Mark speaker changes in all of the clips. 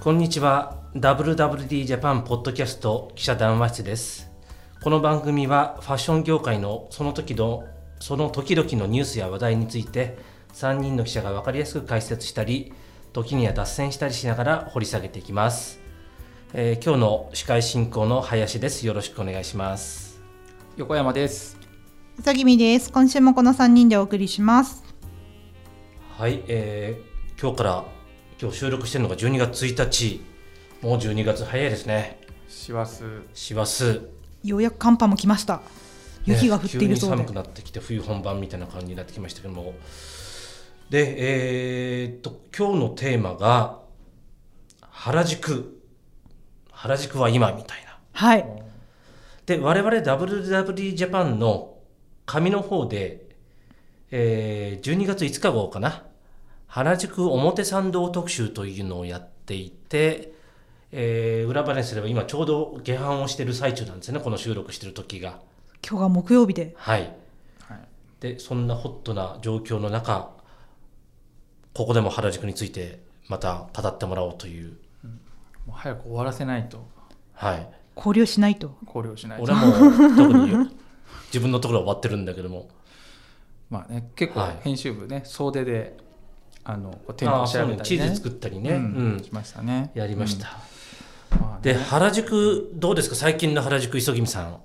Speaker 1: こんにちは WWD ジャパンポッドキャスト記者談話室ですこの番組はファッション業界のその時のその時々のニュースや話題について3人の記者が分かりやすく解説したり時には脱線したりしながら掘り下げていきます、えー今日の司会進行の林ですよろしくお願いします
Speaker 2: 横山です。
Speaker 3: うさぎみです。今週もこの3人でお送りします。
Speaker 1: はい、えー今日から今日収録してるのが12月1日もう12月早いですね
Speaker 2: 師走。
Speaker 1: 師走
Speaker 3: ようやく寒波も来ました。雪が降っているそう
Speaker 1: ね急
Speaker 3: で。
Speaker 1: に寒くなってきて冬本番みたいな感じになってきましたけどもでえーっと今日のテーマが原宿原宿は今みたいな
Speaker 3: はい。
Speaker 1: で我々 WWD ジャパンの紙の方で、えー12月5日号かな原宿表参道特集というのをやっていて、えー裏話すれば今ちょうど下班をしてる最中なんですよねこの収録してる時が
Speaker 3: 今日が木曜日で。
Speaker 1: はい
Speaker 2: はい。
Speaker 1: でそんなホットな状況の中ここでも原宿についてまた語ってもらおうという
Speaker 2: もう早く終わらせないと
Speaker 1: はい
Speaker 3: 考慮しないと。
Speaker 2: 考慮しないと
Speaker 1: 俺。はもう特に自分のところは終わってるんだけども
Speaker 2: まあね、結構
Speaker 1: はい
Speaker 2: 編集部ね、総出で。あの、こう店
Speaker 1: あ
Speaker 2: 舗
Speaker 1: あ
Speaker 2: 調
Speaker 1: そう
Speaker 2: べ
Speaker 1: ね
Speaker 2: た
Speaker 1: チ
Speaker 2: り
Speaker 1: ー
Speaker 2: ね
Speaker 1: ズ。作ったりね、
Speaker 2: う
Speaker 1: うんん
Speaker 2: しましたね。
Speaker 1: やりました、
Speaker 2: うん。まあね
Speaker 1: で原宿どうですか最近の原宿磯君さん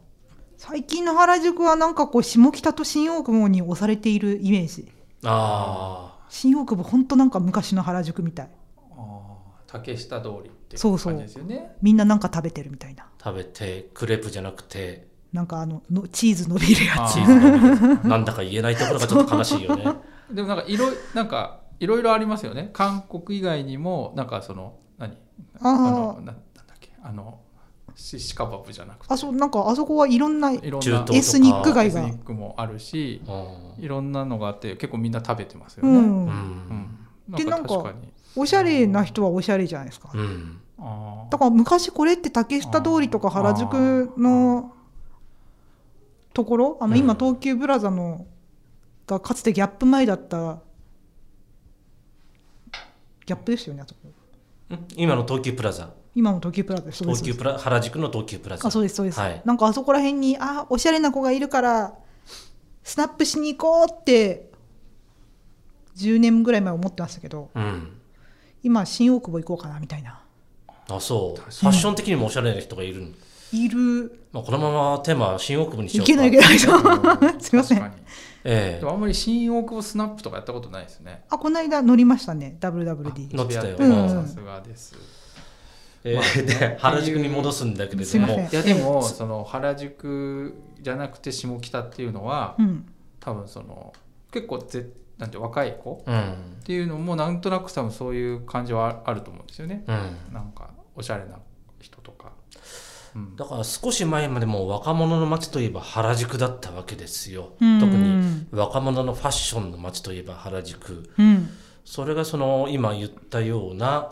Speaker 3: 最近の原宿はなんかこう下北と新大久保に押されているイメージ。
Speaker 1: ああ
Speaker 3: 新大久保ほんとなんか昔の原宿みたい。
Speaker 2: ああ竹下通りっていう
Speaker 3: そうそう
Speaker 2: 感じですよね。
Speaker 3: みんななんか食べてるみたいな。
Speaker 1: 食べてクレープじゃなくて
Speaker 3: なんかあののチーズ伸びるや
Speaker 2: あ
Speaker 1: チーズなんだか言えないところがちょっと悲しいよ ね
Speaker 2: でもなんかいろいなんかいろいろありますよね。韓国以外にもなんかその何
Speaker 3: あ
Speaker 2: あ
Speaker 3: あ
Speaker 2: のななんだっけあのシシカバブじゃなくて
Speaker 3: つ。あそうなんかあそこはいろんなエ
Speaker 2: いろん
Speaker 1: 中東
Speaker 2: な
Speaker 1: とか
Speaker 3: スニック街
Speaker 2: エス
Speaker 3: が
Speaker 2: ニ。ックもあるし、
Speaker 1: うん
Speaker 2: いろんなのがあって結構みんな食べてますよ
Speaker 3: う
Speaker 2: ね。
Speaker 3: ん、
Speaker 1: うん
Speaker 2: うん
Speaker 3: でなんか
Speaker 2: 確かに
Speaker 3: おしゃれな人はおしゃれじゃないですか。
Speaker 1: うん
Speaker 2: あ
Speaker 3: だから昔これって竹下通りとか原宿のところあの
Speaker 1: うん
Speaker 3: 今東急ブラザのがかつてギャップ前だったギャップですよねあそこ
Speaker 1: ん今の東急プラザ
Speaker 3: 今も東急プラザですそうで
Speaker 1: 東
Speaker 3: す
Speaker 1: 急プラ原宿の東急プラザ
Speaker 3: あそうですそうです、
Speaker 1: はい
Speaker 3: なんかあそこら辺にあおしゃれな子がいるからスナップしに行こうって10年ぐらい前思ってましたけど
Speaker 1: うん
Speaker 3: 今新大久保行こうかなみたいな
Speaker 1: あそうフ
Speaker 2: 確
Speaker 1: ァッション的にもおしゃれな人がいる、
Speaker 3: いる
Speaker 1: まあ、このままテーマ新大久保にし
Speaker 3: い
Speaker 1: よう
Speaker 3: けないいけない す
Speaker 2: あ
Speaker 3: いません
Speaker 2: 確かに
Speaker 1: ええ
Speaker 2: で もあんまり新大久保スナップとかやったことないですね
Speaker 3: あこの間乗りましたね WWD
Speaker 1: 乗ってたよ
Speaker 2: それや
Speaker 3: うん
Speaker 2: ってたさすがです、
Speaker 1: ええで原宿に戻すんだけれ
Speaker 3: す
Speaker 1: ど
Speaker 3: いませ
Speaker 1: も
Speaker 3: ん
Speaker 2: いやでもその原宿じゃなくて下北っていうのは
Speaker 3: うん
Speaker 2: 多分その結構ぜなんて若い子
Speaker 1: うん
Speaker 2: っていうのもなんとなく多分そういう感じはあると思うんですよね
Speaker 1: うん
Speaker 2: なんかおしゃれな人とか、うん、
Speaker 1: だから少し前までもう若者の街といえば原宿だったわけですよ、
Speaker 3: うん
Speaker 1: 特に若者のファッションの街といえば原宿
Speaker 3: うん、
Speaker 1: それがその今言ったような、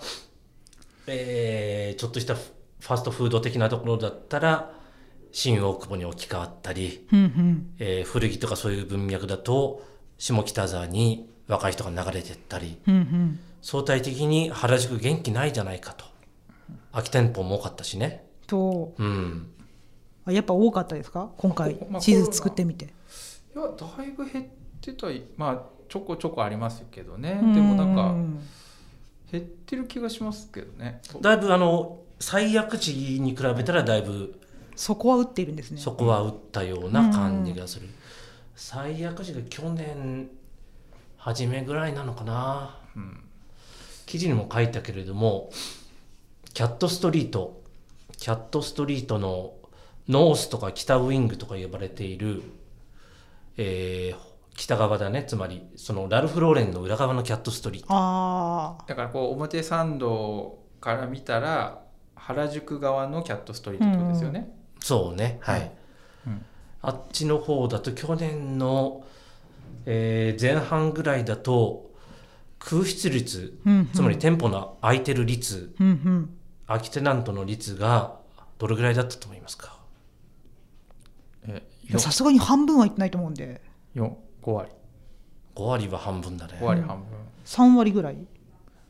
Speaker 1: えーちょっとしたファストフード的なところだったら新大久保に置き換わったり、
Speaker 3: うん、うん、
Speaker 1: えー古着とかそういう文脈だと下北沢に若い人が流れてったり
Speaker 3: うん、うん、
Speaker 1: 相対的に原宿元気ないじゃないかと空き店舗も多かったしね
Speaker 3: と、
Speaker 1: うん
Speaker 3: あやっぱ多かったですか、今回
Speaker 2: ここまあ、
Speaker 3: 地図作ってみて。
Speaker 2: いやだいぶ減ってたいまあちょこちょこありますけどねでもなん
Speaker 3: う
Speaker 2: か減ってる気がしますけどね
Speaker 1: だいぶあの最悪値に比べたらだいぶ
Speaker 3: そこは打っているんですね。
Speaker 1: そこは打ったような感じがする、最悪値が去年初めぐらいなのかな
Speaker 2: うん
Speaker 1: 記事にも書いたけれどもキャットストリートキャットストリートのノースとか北ウィングとか呼ばれている、えー北側だねつまりそのラルフ・ローレンの裏側のキャットストリート
Speaker 3: ああ、
Speaker 2: だからこう表参道から見たら原宿側のキャットストリートってことですよね、
Speaker 1: そうねはい、
Speaker 2: うん
Speaker 1: あっちの方だと去年の、えー前半ぐらいだと空室率
Speaker 3: うん、うん
Speaker 1: つまり、店舗の空いてる率、
Speaker 3: うん、うん、
Speaker 1: 空きテナントの率がどれぐらいだったと思いますか
Speaker 2: え
Speaker 3: いやさすがに半分はいってないと思うんで、
Speaker 2: 45割
Speaker 1: 5割は半分だね
Speaker 2: 5割半分、
Speaker 3: 三割ぐらい。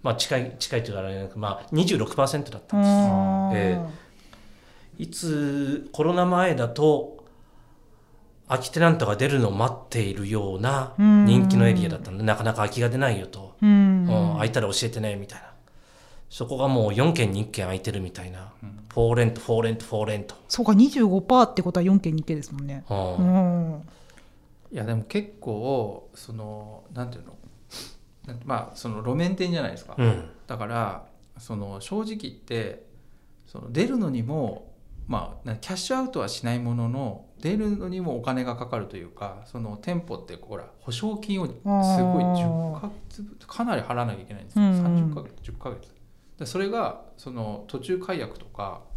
Speaker 1: まあ、近い近いというかあれなんですけどまあ、26%だったんです。
Speaker 3: あー
Speaker 1: えいつコロナ前だと空きテナントが出るのを待っているような
Speaker 3: うん
Speaker 1: 人気のエリアだったんでなかなか空きが出ないよと、
Speaker 3: うん
Speaker 1: うん空いたら教えてねみたいなそこがもう4軒に1軒空いてるみたいな、フォーレントフォーレントフォーレント、
Speaker 3: そうか25%ってことは4件2件ですもんね。
Speaker 1: うん
Speaker 3: うん
Speaker 2: いやでも結構そのなんていうのなんまあその路面店じゃないですか、
Speaker 1: うん
Speaker 2: だからその正直言ってその出るのにもまあなキャッシュアウトはしないものの出るのにもお金がかかるというかその店舗ってほら保証金をすごい10
Speaker 3: あー
Speaker 2: ヶ月分かなり払わなきゃいけないんです
Speaker 3: う
Speaker 2: よ、
Speaker 3: んうん
Speaker 2: 30ヶ月10ヶ月でそれがその途中解約とか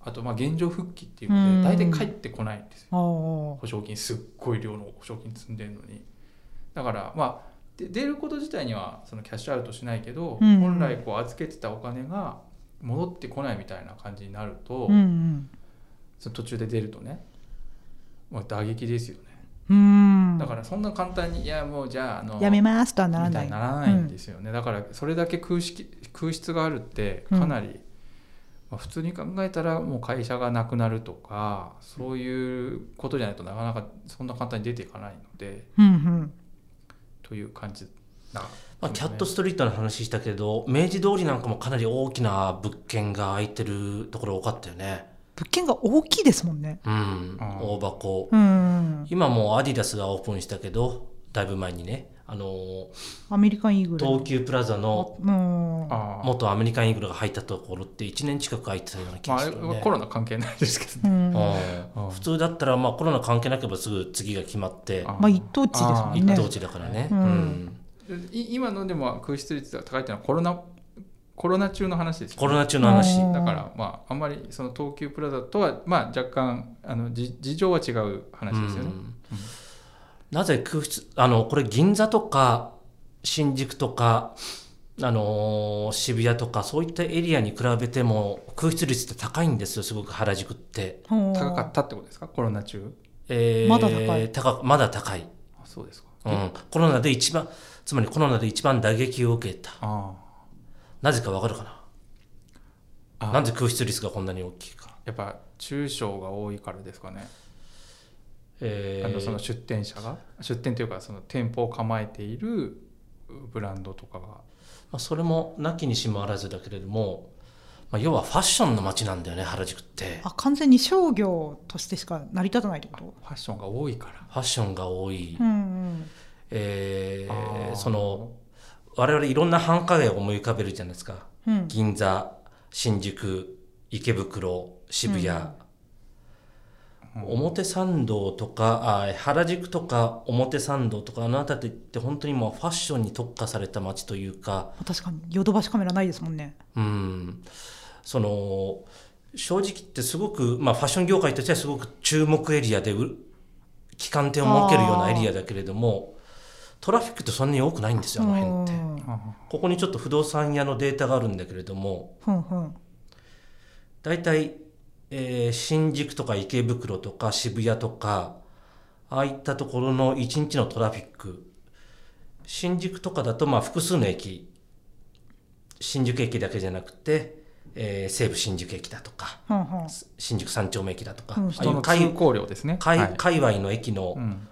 Speaker 2: あとまあ現状復帰っていうので
Speaker 3: う
Speaker 2: 大
Speaker 3: ん
Speaker 2: 体帰ってこないんですよ
Speaker 3: あー
Speaker 2: 保証金すっごい量の保証金積んでるのにだからまあで出ること自体にはそのキャッシュアウトしないけど、
Speaker 3: うん
Speaker 2: 本来こう預けてたお金が戻ってこないみたいな感じになると、
Speaker 3: うん
Speaker 2: その途中で出るとねもう打撃ですよね、
Speaker 3: うんうん
Speaker 2: だからそんな簡単にいやもうじゃああの
Speaker 3: やめますとはなら
Speaker 2: みた
Speaker 3: ないい。
Speaker 2: にならないんですよね、だからそれだけ空室空室があるってかなり、まあ、普通に考えたらもう会社がなくなるとかそういうことじゃないとなかなかそんな簡単に出ていかないので
Speaker 3: うんうん
Speaker 2: という感じな、
Speaker 1: まあ、キャットストリートの話したけど明治通りなんかもかなり大きな物件が空いてるところ多かったよね
Speaker 3: 物件が大きいですもんね。
Speaker 1: うん
Speaker 2: あー
Speaker 1: 大箱、
Speaker 3: うんうん
Speaker 1: 今もうアディダスがオープンしたけどだいぶ前にねあの
Speaker 3: アメリカンイーグル。
Speaker 1: 東急プラザの
Speaker 3: うん
Speaker 2: あー
Speaker 1: 元アメリカンイーグルが入ったところって1年近く空いてたような気
Speaker 2: ま
Speaker 1: が
Speaker 2: あ、あ
Speaker 1: す
Speaker 2: れ
Speaker 1: る
Speaker 2: は
Speaker 1: ね
Speaker 2: コ。ロナ関係ないですけどね、
Speaker 3: うん
Speaker 1: うん
Speaker 2: うん
Speaker 1: 普通だったらまあコロナ関係なければすぐ次が決まって
Speaker 2: あ
Speaker 3: まあ一等地ですもんね。
Speaker 1: 一等地だからね。
Speaker 3: うん
Speaker 1: うん
Speaker 2: い今のでも空室率が高いっていうのはコロナコロナ中の話ですよね
Speaker 1: コロナ中の話
Speaker 3: う。ん
Speaker 2: だからまああんまりその東急プラザとはまあ若干あのじ事情は違う話ですよ
Speaker 1: う。
Speaker 2: ね
Speaker 1: んなぜ空室あのこれ銀座とか新宿とかあのー渋谷とかそういったエリアに比べても空室率って高いんですよすごく原宿って。
Speaker 3: うん
Speaker 2: 高かったってことですかコロナ中
Speaker 1: えー
Speaker 3: まだ高い
Speaker 1: 高まだ高い。
Speaker 2: あそうですか
Speaker 1: うん、コロナで一番つまりコロナで一番打撃を受けた
Speaker 2: あ
Speaker 1: なぜかわかるかな
Speaker 2: あ
Speaker 1: なんで空室率がこんなに大きいか、
Speaker 2: やっぱ中小が多いからですかね、
Speaker 1: え
Speaker 2: あの
Speaker 1: ー
Speaker 2: その出店者が出店というかその店舗を構えているブランドとかが
Speaker 1: まあ、それもなきにしもあらずだけれども、まあ、要はファッションの街なんだよね原宿って
Speaker 3: あ完全に商業としてしか成り立たないってこと
Speaker 2: ファッションが多いから
Speaker 1: ファッションが多い、
Speaker 3: うんうん
Speaker 1: えー
Speaker 2: あー
Speaker 1: その我々いろんな繁華街を思い浮かべるじゃないですか
Speaker 3: うん
Speaker 1: 銀座新宿池袋渋谷、
Speaker 2: うん
Speaker 1: 表参道とかあ原宿とか表参道とかあの辺りって本当にもうファッションに特化された街というか
Speaker 3: 確かにヨドバシカメラないですもんね。
Speaker 1: うんその正直言ってすごく、まあ、ファッション業界としてはすごく注目エリアでう旗艦店を設けるようなエリアだけれどもトラフィックってそんなに多くないんですよあの辺って。
Speaker 3: うん
Speaker 2: あ
Speaker 1: ここにちょっと不動産屋のデータがあるんだけれども
Speaker 3: ふんふん。
Speaker 1: 大体、えー新宿とか池袋とか渋谷とかああいったところの1日のトラフィック新宿とかだとまあ複数の駅新宿駅だけじゃなくて、えー西武新宿駅だとか
Speaker 3: ふんふん
Speaker 1: 新宿三丁目駅だとか、
Speaker 3: う
Speaker 1: あ
Speaker 3: ん
Speaker 1: あい
Speaker 2: 人
Speaker 1: う
Speaker 2: の
Speaker 1: か
Speaker 2: 通
Speaker 1: い
Speaker 2: 行量ですね
Speaker 1: かい
Speaker 2: はい
Speaker 1: 界隈の駅の
Speaker 2: うん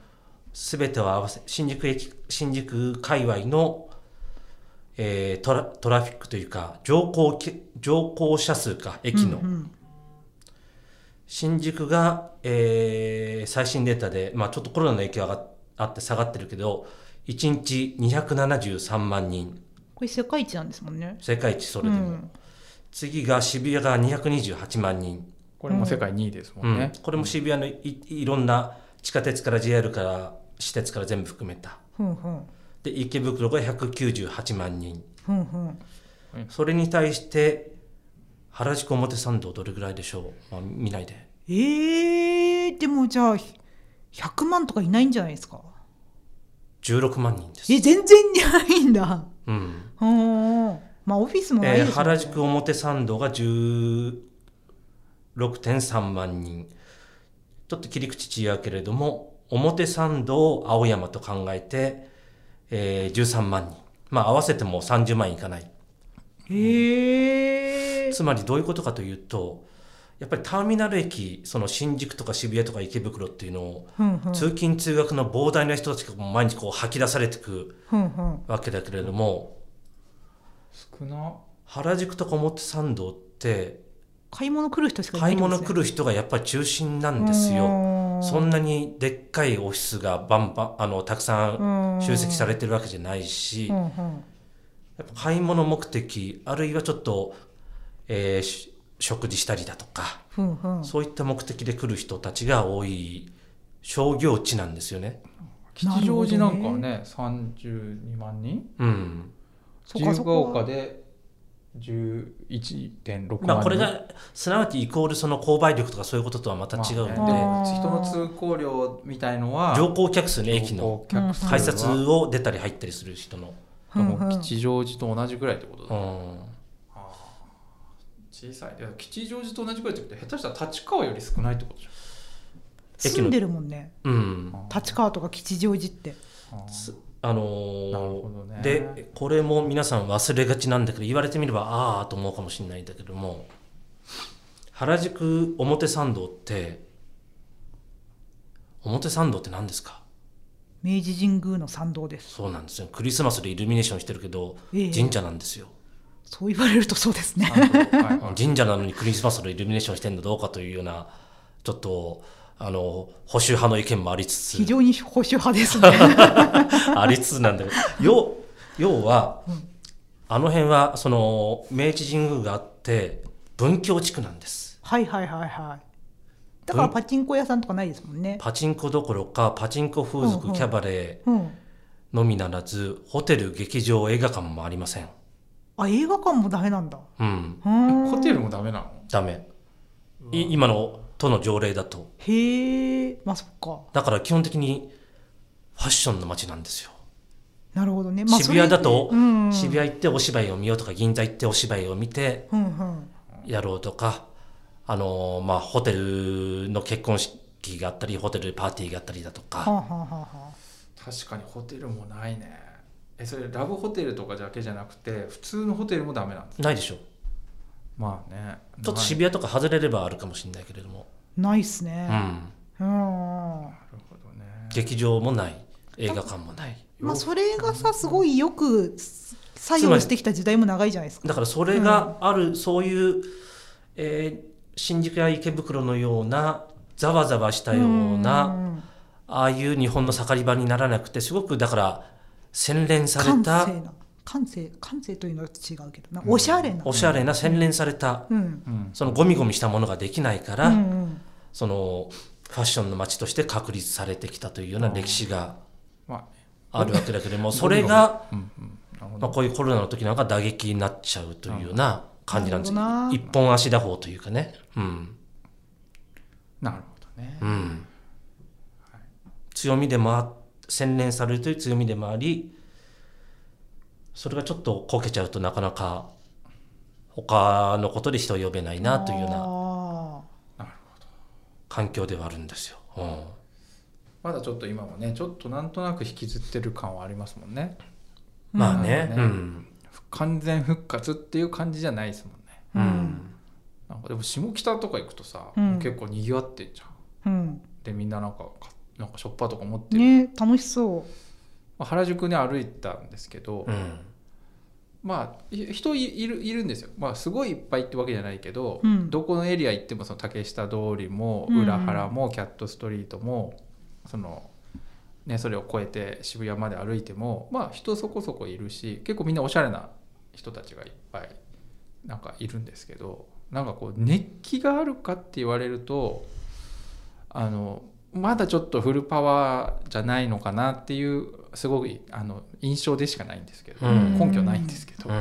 Speaker 1: 全てを合わせ新宿駅新宿界隈の、えートラトラフィックというか乗降け乗降者数か駅の、
Speaker 3: うんうん
Speaker 1: 新宿が、えー最新データで、まあ、ちょっとコロナの影響があって下がってるけど1日273万人
Speaker 3: これ世界一なんですもんね。
Speaker 1: 世界一それでも、
Speaker 3: うん
Speaker 1: 次が渋谷が228万人、
Speaker 2: これも世界2位ですも
Speaker 1: うんん
Speaker 2: ね、
Speaker 1: これも渋谷のいいろんな地下鉄から JR から私鉄から全部含めた
Speaker 3: ふんふん。
Speaker 1: で池袋が198万人
Speaker 3: ふんふん。
Speaker 1: それに対して原宿表参道どれぐらいでしょう、まあ、見ないで
Speaker 3: えー、でもじゃあひ100万とかいないんじゃないですか。
Speaker 1: 16万人です、
Speaker 3: え全然いないんだ。
Speaker 1: うん
Speaker 3: うんうん。まあオフィスもない
Speaker 1: え
Speaker 3: で
Speaker 1: ー
Speaker 3: すもんね。
Speaker 1: 原宿表参道が16.3万人ちょっと切り口違うけれども表参道を青山と考えて、えー13万人まあ合わせても30万いかない
Speaker 3: へえ
Speaker 1: つまりどういうことかというとやっぱりターミナル駅その新宿とか渋谷とか池袋っていうのを
Speaker 3: ふんふん
Speaker 1: 通勤通学の膨大な人たちがもう毎日こう吐き出されてく
Speaker 3: ふんふん
Speaker 1: わけだけれども
Speaker 2: 少な
Speaker 1: 原宿とか表参道って
Speaker 3: 買い物来る人しかいな
Speaker 1: 買い
Speaker 3: い
Speaker 1: 物来
Speaker 3: る
Speaker 1: る人がやっぱり中心なんですよ。そんなにでっかいオフィスがバンバンあのたくさん
Speaker 3: な
Speaker 1: 集積され
Speaker 3: て
Speaker 1: てるわけじゃないし、
Speaker 3: うんう
Speaker 1: や
Speaker 3: ん
Speaker 1: っぱ買い物目的あるいはちょっと、えーし食事したりだとか、
Speaker 3: ふんふん
Speaker 1: そういった目的で来る人たちが多い商業地なんですよね。
Speaker 2: 吉祥寺なんかはね32万人
Speaker 1: うん
Speaker 3: そ
Speaker 2: 自
Speaker 3: っか
Speaker 2: 由
Speaker 3: そっ
Speaker 2: が丘
Speaker 3: か
Speaker 2: で11.6万人、
Speaker 1: まあ、これがすなわちイコールその購買力とかそういうこととはまた違う
Speaker 2: まあ
Speaker 1: ので、
Speaker 3: あー
Speaker 2: ねで人の通行量みたいのは
Speaker 1: 乗降客数ね駅の
Speaker 2: 乗降客数は
Speaker 1: 改札を出たり入ったりする人の。
Speaker 3: ふんふん
Speaker 2: 吉祥寺と同じぐらいってことだ、
Speaker 1: うん
Speaker 2: 小さいいや吉祥寺と同じぐらいってことは下手したら立川より少ないってことじ
Speaker 3: 住んでるもんね
Speaker 1: うん
Speaker 2: ゃん
Speaker 3: 立川とか吉祥寺って
Speaker 2: あー
Speaker 1: すあの
Speaker 2: なる
Speaker 1: ー
Speaker 2: ほどね
Speaker 1: でこれも皆さん忘れがちなんだけど言われてみればああと思うかもしれないんだけども原宿表参道って表参道って何ですか
Speaker 3: 明治神宮の参道です
Speaker 1: そうなんですよクリスマスでイルミネーションしてるけど
Speaker 3: ええ
Speaker 1: 神社なんですよ、
Speaker 3: そう言われるとそうですね
Speaker 2: なるほどはいはい
Speaker 1: 神社なのにクリスマスのイルミネーションしてるのどうかというようなちょっとあの保守派の意見もありつつ
Speaker 3: 非常に保守派ですね
Speaker 1: ありつつなんだけど 要要は、あの辺はその明治神宮があって文教地区なんです
Speaker 3: はいはいはいはいだからパチンコ屋さんとかないですもんね
Speaker 1: パチンコどころかパチンコ風
Speaker 3: うんう
Speaker 1: 俗
Speaker 3: ん
Speaker 1: キャバレ
Speaker 3: うん
Speaker 1: ーのみならずホテル劇場映画館もありません
Speaker 3: あ映画館もダメなんだ
Speaker 1: うん
Speaker 2: ホ
Speaker 3: ホ
Speaker 2: テルもダメなの
Speaker 1: ダメい今の都の条例だと
Speaker 3: へえまあそっか
Speaker 1: だから基本的にファッションの街なんですよ
Speaker 3: なるほどね、まあ、
Speaker 1: 渋谷だと
Speaker 3: それうん、
Speaker 1: 渋谷行ってお芝居を見ようとか銀座行ってお芝居を見て
Speaker 3: うんうん
Speaker 1: やろうとか、あのまあ、ホテルの結婚式があったり、ホテルパーティーがあったりだと
Speaker 3: はあ、
Speaker 1: か、
Speaker 3: はあはあはあ、
Speaker 2: 確かにホテルもないねえそれラブホテルとかだけじゃなくて普通のホテルもダメなんです
Speaker 1: ないでしょう。
Speaker 2: まあね
Speaker 1: ちょっと渋
Speaker 2: ない
Speaker 1: 谷とか外れればあるかもしれないけれども、
Speaker 3: ないっす
Speaker 1: う
Speaker 3: ね
Speaker 1: ん、
Speaker 3: うん、うん
Speaker 2: なるほどね
Speaker 1: 劇場もない、映画館もない。
Speaker 3: まあそれがさすごいよく作用してきた時代も長いじゃないですか
Speaker 1: だからそれがある、そういう、えー新宿や池袋のような、ざわざわしたような、
Speaker 3: ん
Speaker 1: ああいう日本の盛り場にならなくて、すごくだから、洗練され
Speaker 3: 感
Speaker 1: た、
Speaker 3: 性な感性感性というのは違うけどなおしゃれな
Speaker 1: おしゃれな洗練された、
Speaker 3: うん
Speaker 2: うん
Speaker 1: そのゴミゴミしたものができないか
Speaker 3: うんう
Speaker 1: ら、
Speaker 3: ん
Speaker 1: そのファッションの街として確立されてきたというような歴史が
Speaker 2: ま
Speaker 1: あるわけだけれども
Speaker 2: あ
Speaker 1: それが、
Speaker 2: うんうんなるほ
Speaker 1: まあ、
Speaker 2: ど
Speaker 1: こういうコロナの時なんか打撃になっちゃうというような感じなんです
Speaker 3: なるほどな
Speaker 1: 一本足打法というかねうん、
Speaker 2: なるほどね
Speaker 1: うん、強みでもあ洗練されるという強みでもありそれがちょっとこけちゃうとなかなか他のことで人を呼べないなというような
Speaker 3: な
Speaker 1: 環境ではあるんですよ。うん
Speaker 2: まだちょっと今もねちょっとなんとなく引きずってる感はありますもんね
Speaker 1: まあね、う
Speaker 2: う
Speaker 1: んん
Speaker 2: 完全復活っていう感じじゃないですもんね
Speaker 1: う
Speaker 3: うんん
Speaker 2: なんかでも下北とか行くとさ、
Speaker 3: うん
Speaker 2: もう結構にぎわってんじゃん
Speaker 3: うん
Speaker 2: でみんななんかかなんかショッパーとか持ってる、
Speaker 3: ね楽しそう
Speaker 2: まあ原宿ね歩いたんですけど、
Speaker 1: うん
Speaker 2: まあい人いいるいるんですよ、まあ、すごいいっぱいってわけじゃないけど、
Speaker 3: うん
Speaker 2: どこのエリア行ってもその竹下通りも
Speaker 3: うん
Speaker 2: 裏原もキャットストリートも、そのね、それを越えて渋谷まで歩いてもまあ人そこそこいるし結構みんなおしゃれな人たちがいっぱいなんかいるんですけどなんかこう熱気があるかって言われるとあのまだちょっとフルパワーじゃないのかなっていうすごいあの印象でしかないんですけど、
Speaker 1: うん
Speaker 2: 根拠ないんですけど、
Speaker 1: う
Speaker 2: っ
Speaker 1: ん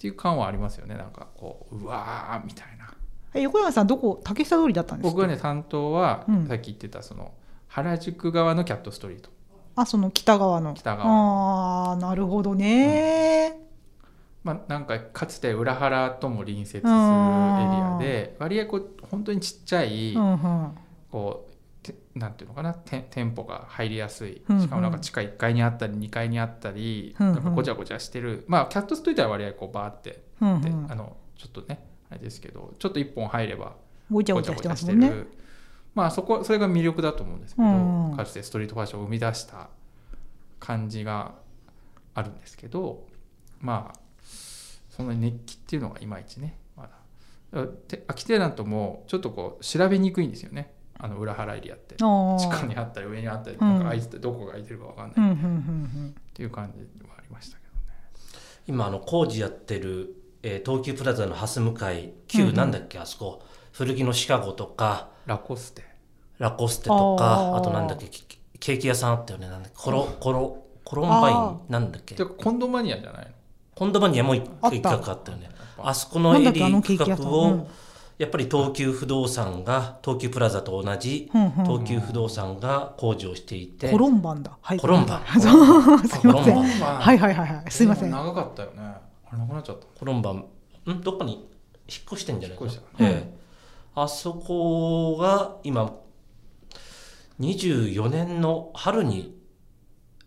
Speaker 2: ていう感はありますよねなんかこううわーみたいな
Speaker 3: え横山さんどこ竹下通りだったんですか
Speaker 2: 僕はね担当は、
Speaker 3: うん
Speaker 2: さっき言ってたその原宿側のキャットストリート
Speaker 3: あその北側の
Speaker 2: 北側
Speaker 3: ああなるほどね、
Speaker 2: まあ、なんかかつて裏原とも隣接するエリ
Speaker 3: あ
Speaker 2: ア
Speaker 3: ー
Speaker 2: で割合こう本当にちっちゃい、
Speaker 3: うんうん
Speaker 2: こうてなんていうのかなて店舗が入りやすい
Speaker 3: うんうん
Speaker 2: しかもなんか地下1階にあったり2階にあったり、
Speaker 3: うんうん
Speaker 2: なんかごちゃごちゃしてるまあキャットストリートは割合こうバーって
Speaker 3: うんう
Speaker 2: って、
Speaker 3: ん
Speaker 2: あのちょっとねあれですけどちょっと一本入れば
Speaker 3: ごちゃご
Speaker 2: ご
Speaker 3: ち
Speaker 2: ち
Speaker 3: ゃ
Speaker 2: ゃ
Speaker 3: し
Speaker 2: ご
Speaker 3: て
Speaker 2: ち
Speaker 3: ま
Speaker 2: ゃ
Speaker 3: す
Speaker 2: し
Speaker 3: も
Speaker 2: て
Speaker 3: んね。
Speaker 2: るまあそこそれが魅力だと思うんですけど、
Speaker 3: うん
Speaker 2: かつてストリートファッションを生み出した感じがあるんですけどまあその熱気っていうのがいまいちねまだだからて秋テナントもちょっとこう調べにくいんですよねあの裏原エリアって
Speaker 3: あー
Speaker 2: 地下にあったり上にあったり
Speaker 3: うん
Speaker 2: なんか空いててどこが空いてるか分かんない
Speaker 3: うんうんうん
Speaker 2: っていう感じはありましたけどね
Speaker 1: 今あの工事やってる、えー東急プラザの蓮向かい
Speaker 3: うんう
Speaker 1: 旧
Speaker 3: ん
Speaker 1: なんだっけ、あそこ古着のシカゴとか
Speaker 2: ラコステ
Speaker 1: ラコステとか
Speaker 3: あ
Speaker 1: あ
Speaker 3: ー
Speaker 1: となんだっけケケーキ屋さんあったよねなんだっけコロコロコロンバインなんだっけ
Speaker 2: てかコンドマニアじゃないの
Speaker 1: コンドバニアも一
Speaker 3: あった
Speaker 1: 一角あったよね
Speaker 2: やっぱ
Speaker 1: あそこ
Speaker 3: うん。
Speaker 1: の
Speaker 3: なんだ
Speaker 1: エ
Speaker 3: っ
Speaker 1: リ
Speaker 3: けあのケ
Speaker 1: ー
Speaker 3: ー
Speaker 1: 区
Speaker 3: キ屋
Speaker 1: 画
Speaker 3: さん。
Speaker 1: をやっぱり東急不動産が東急プラザと同じ
Speaker 3: うんうん
Speaker 1: 東急不動産が工事をしていて
Speaker 3: コロンバンだ。はい。
Speaker 1: コロンバン
Speaker 3: そうすいませ
Speaker 1: コ
Speaker 3: ん。
Speaker 1: ロンバン
Speaker 3: はいはいはいはい。すいません。
Speaker 2: でも
Speaker 3: あ
Speaker 2: 長かったよねあれなくなっちゃった
Speaker 1: コロンバンんどこに引っ越してんじゃないかな
Speaker 2: 引っ越し
Speaker 3: うん
Speaker 1: ええあそこが今24年の春に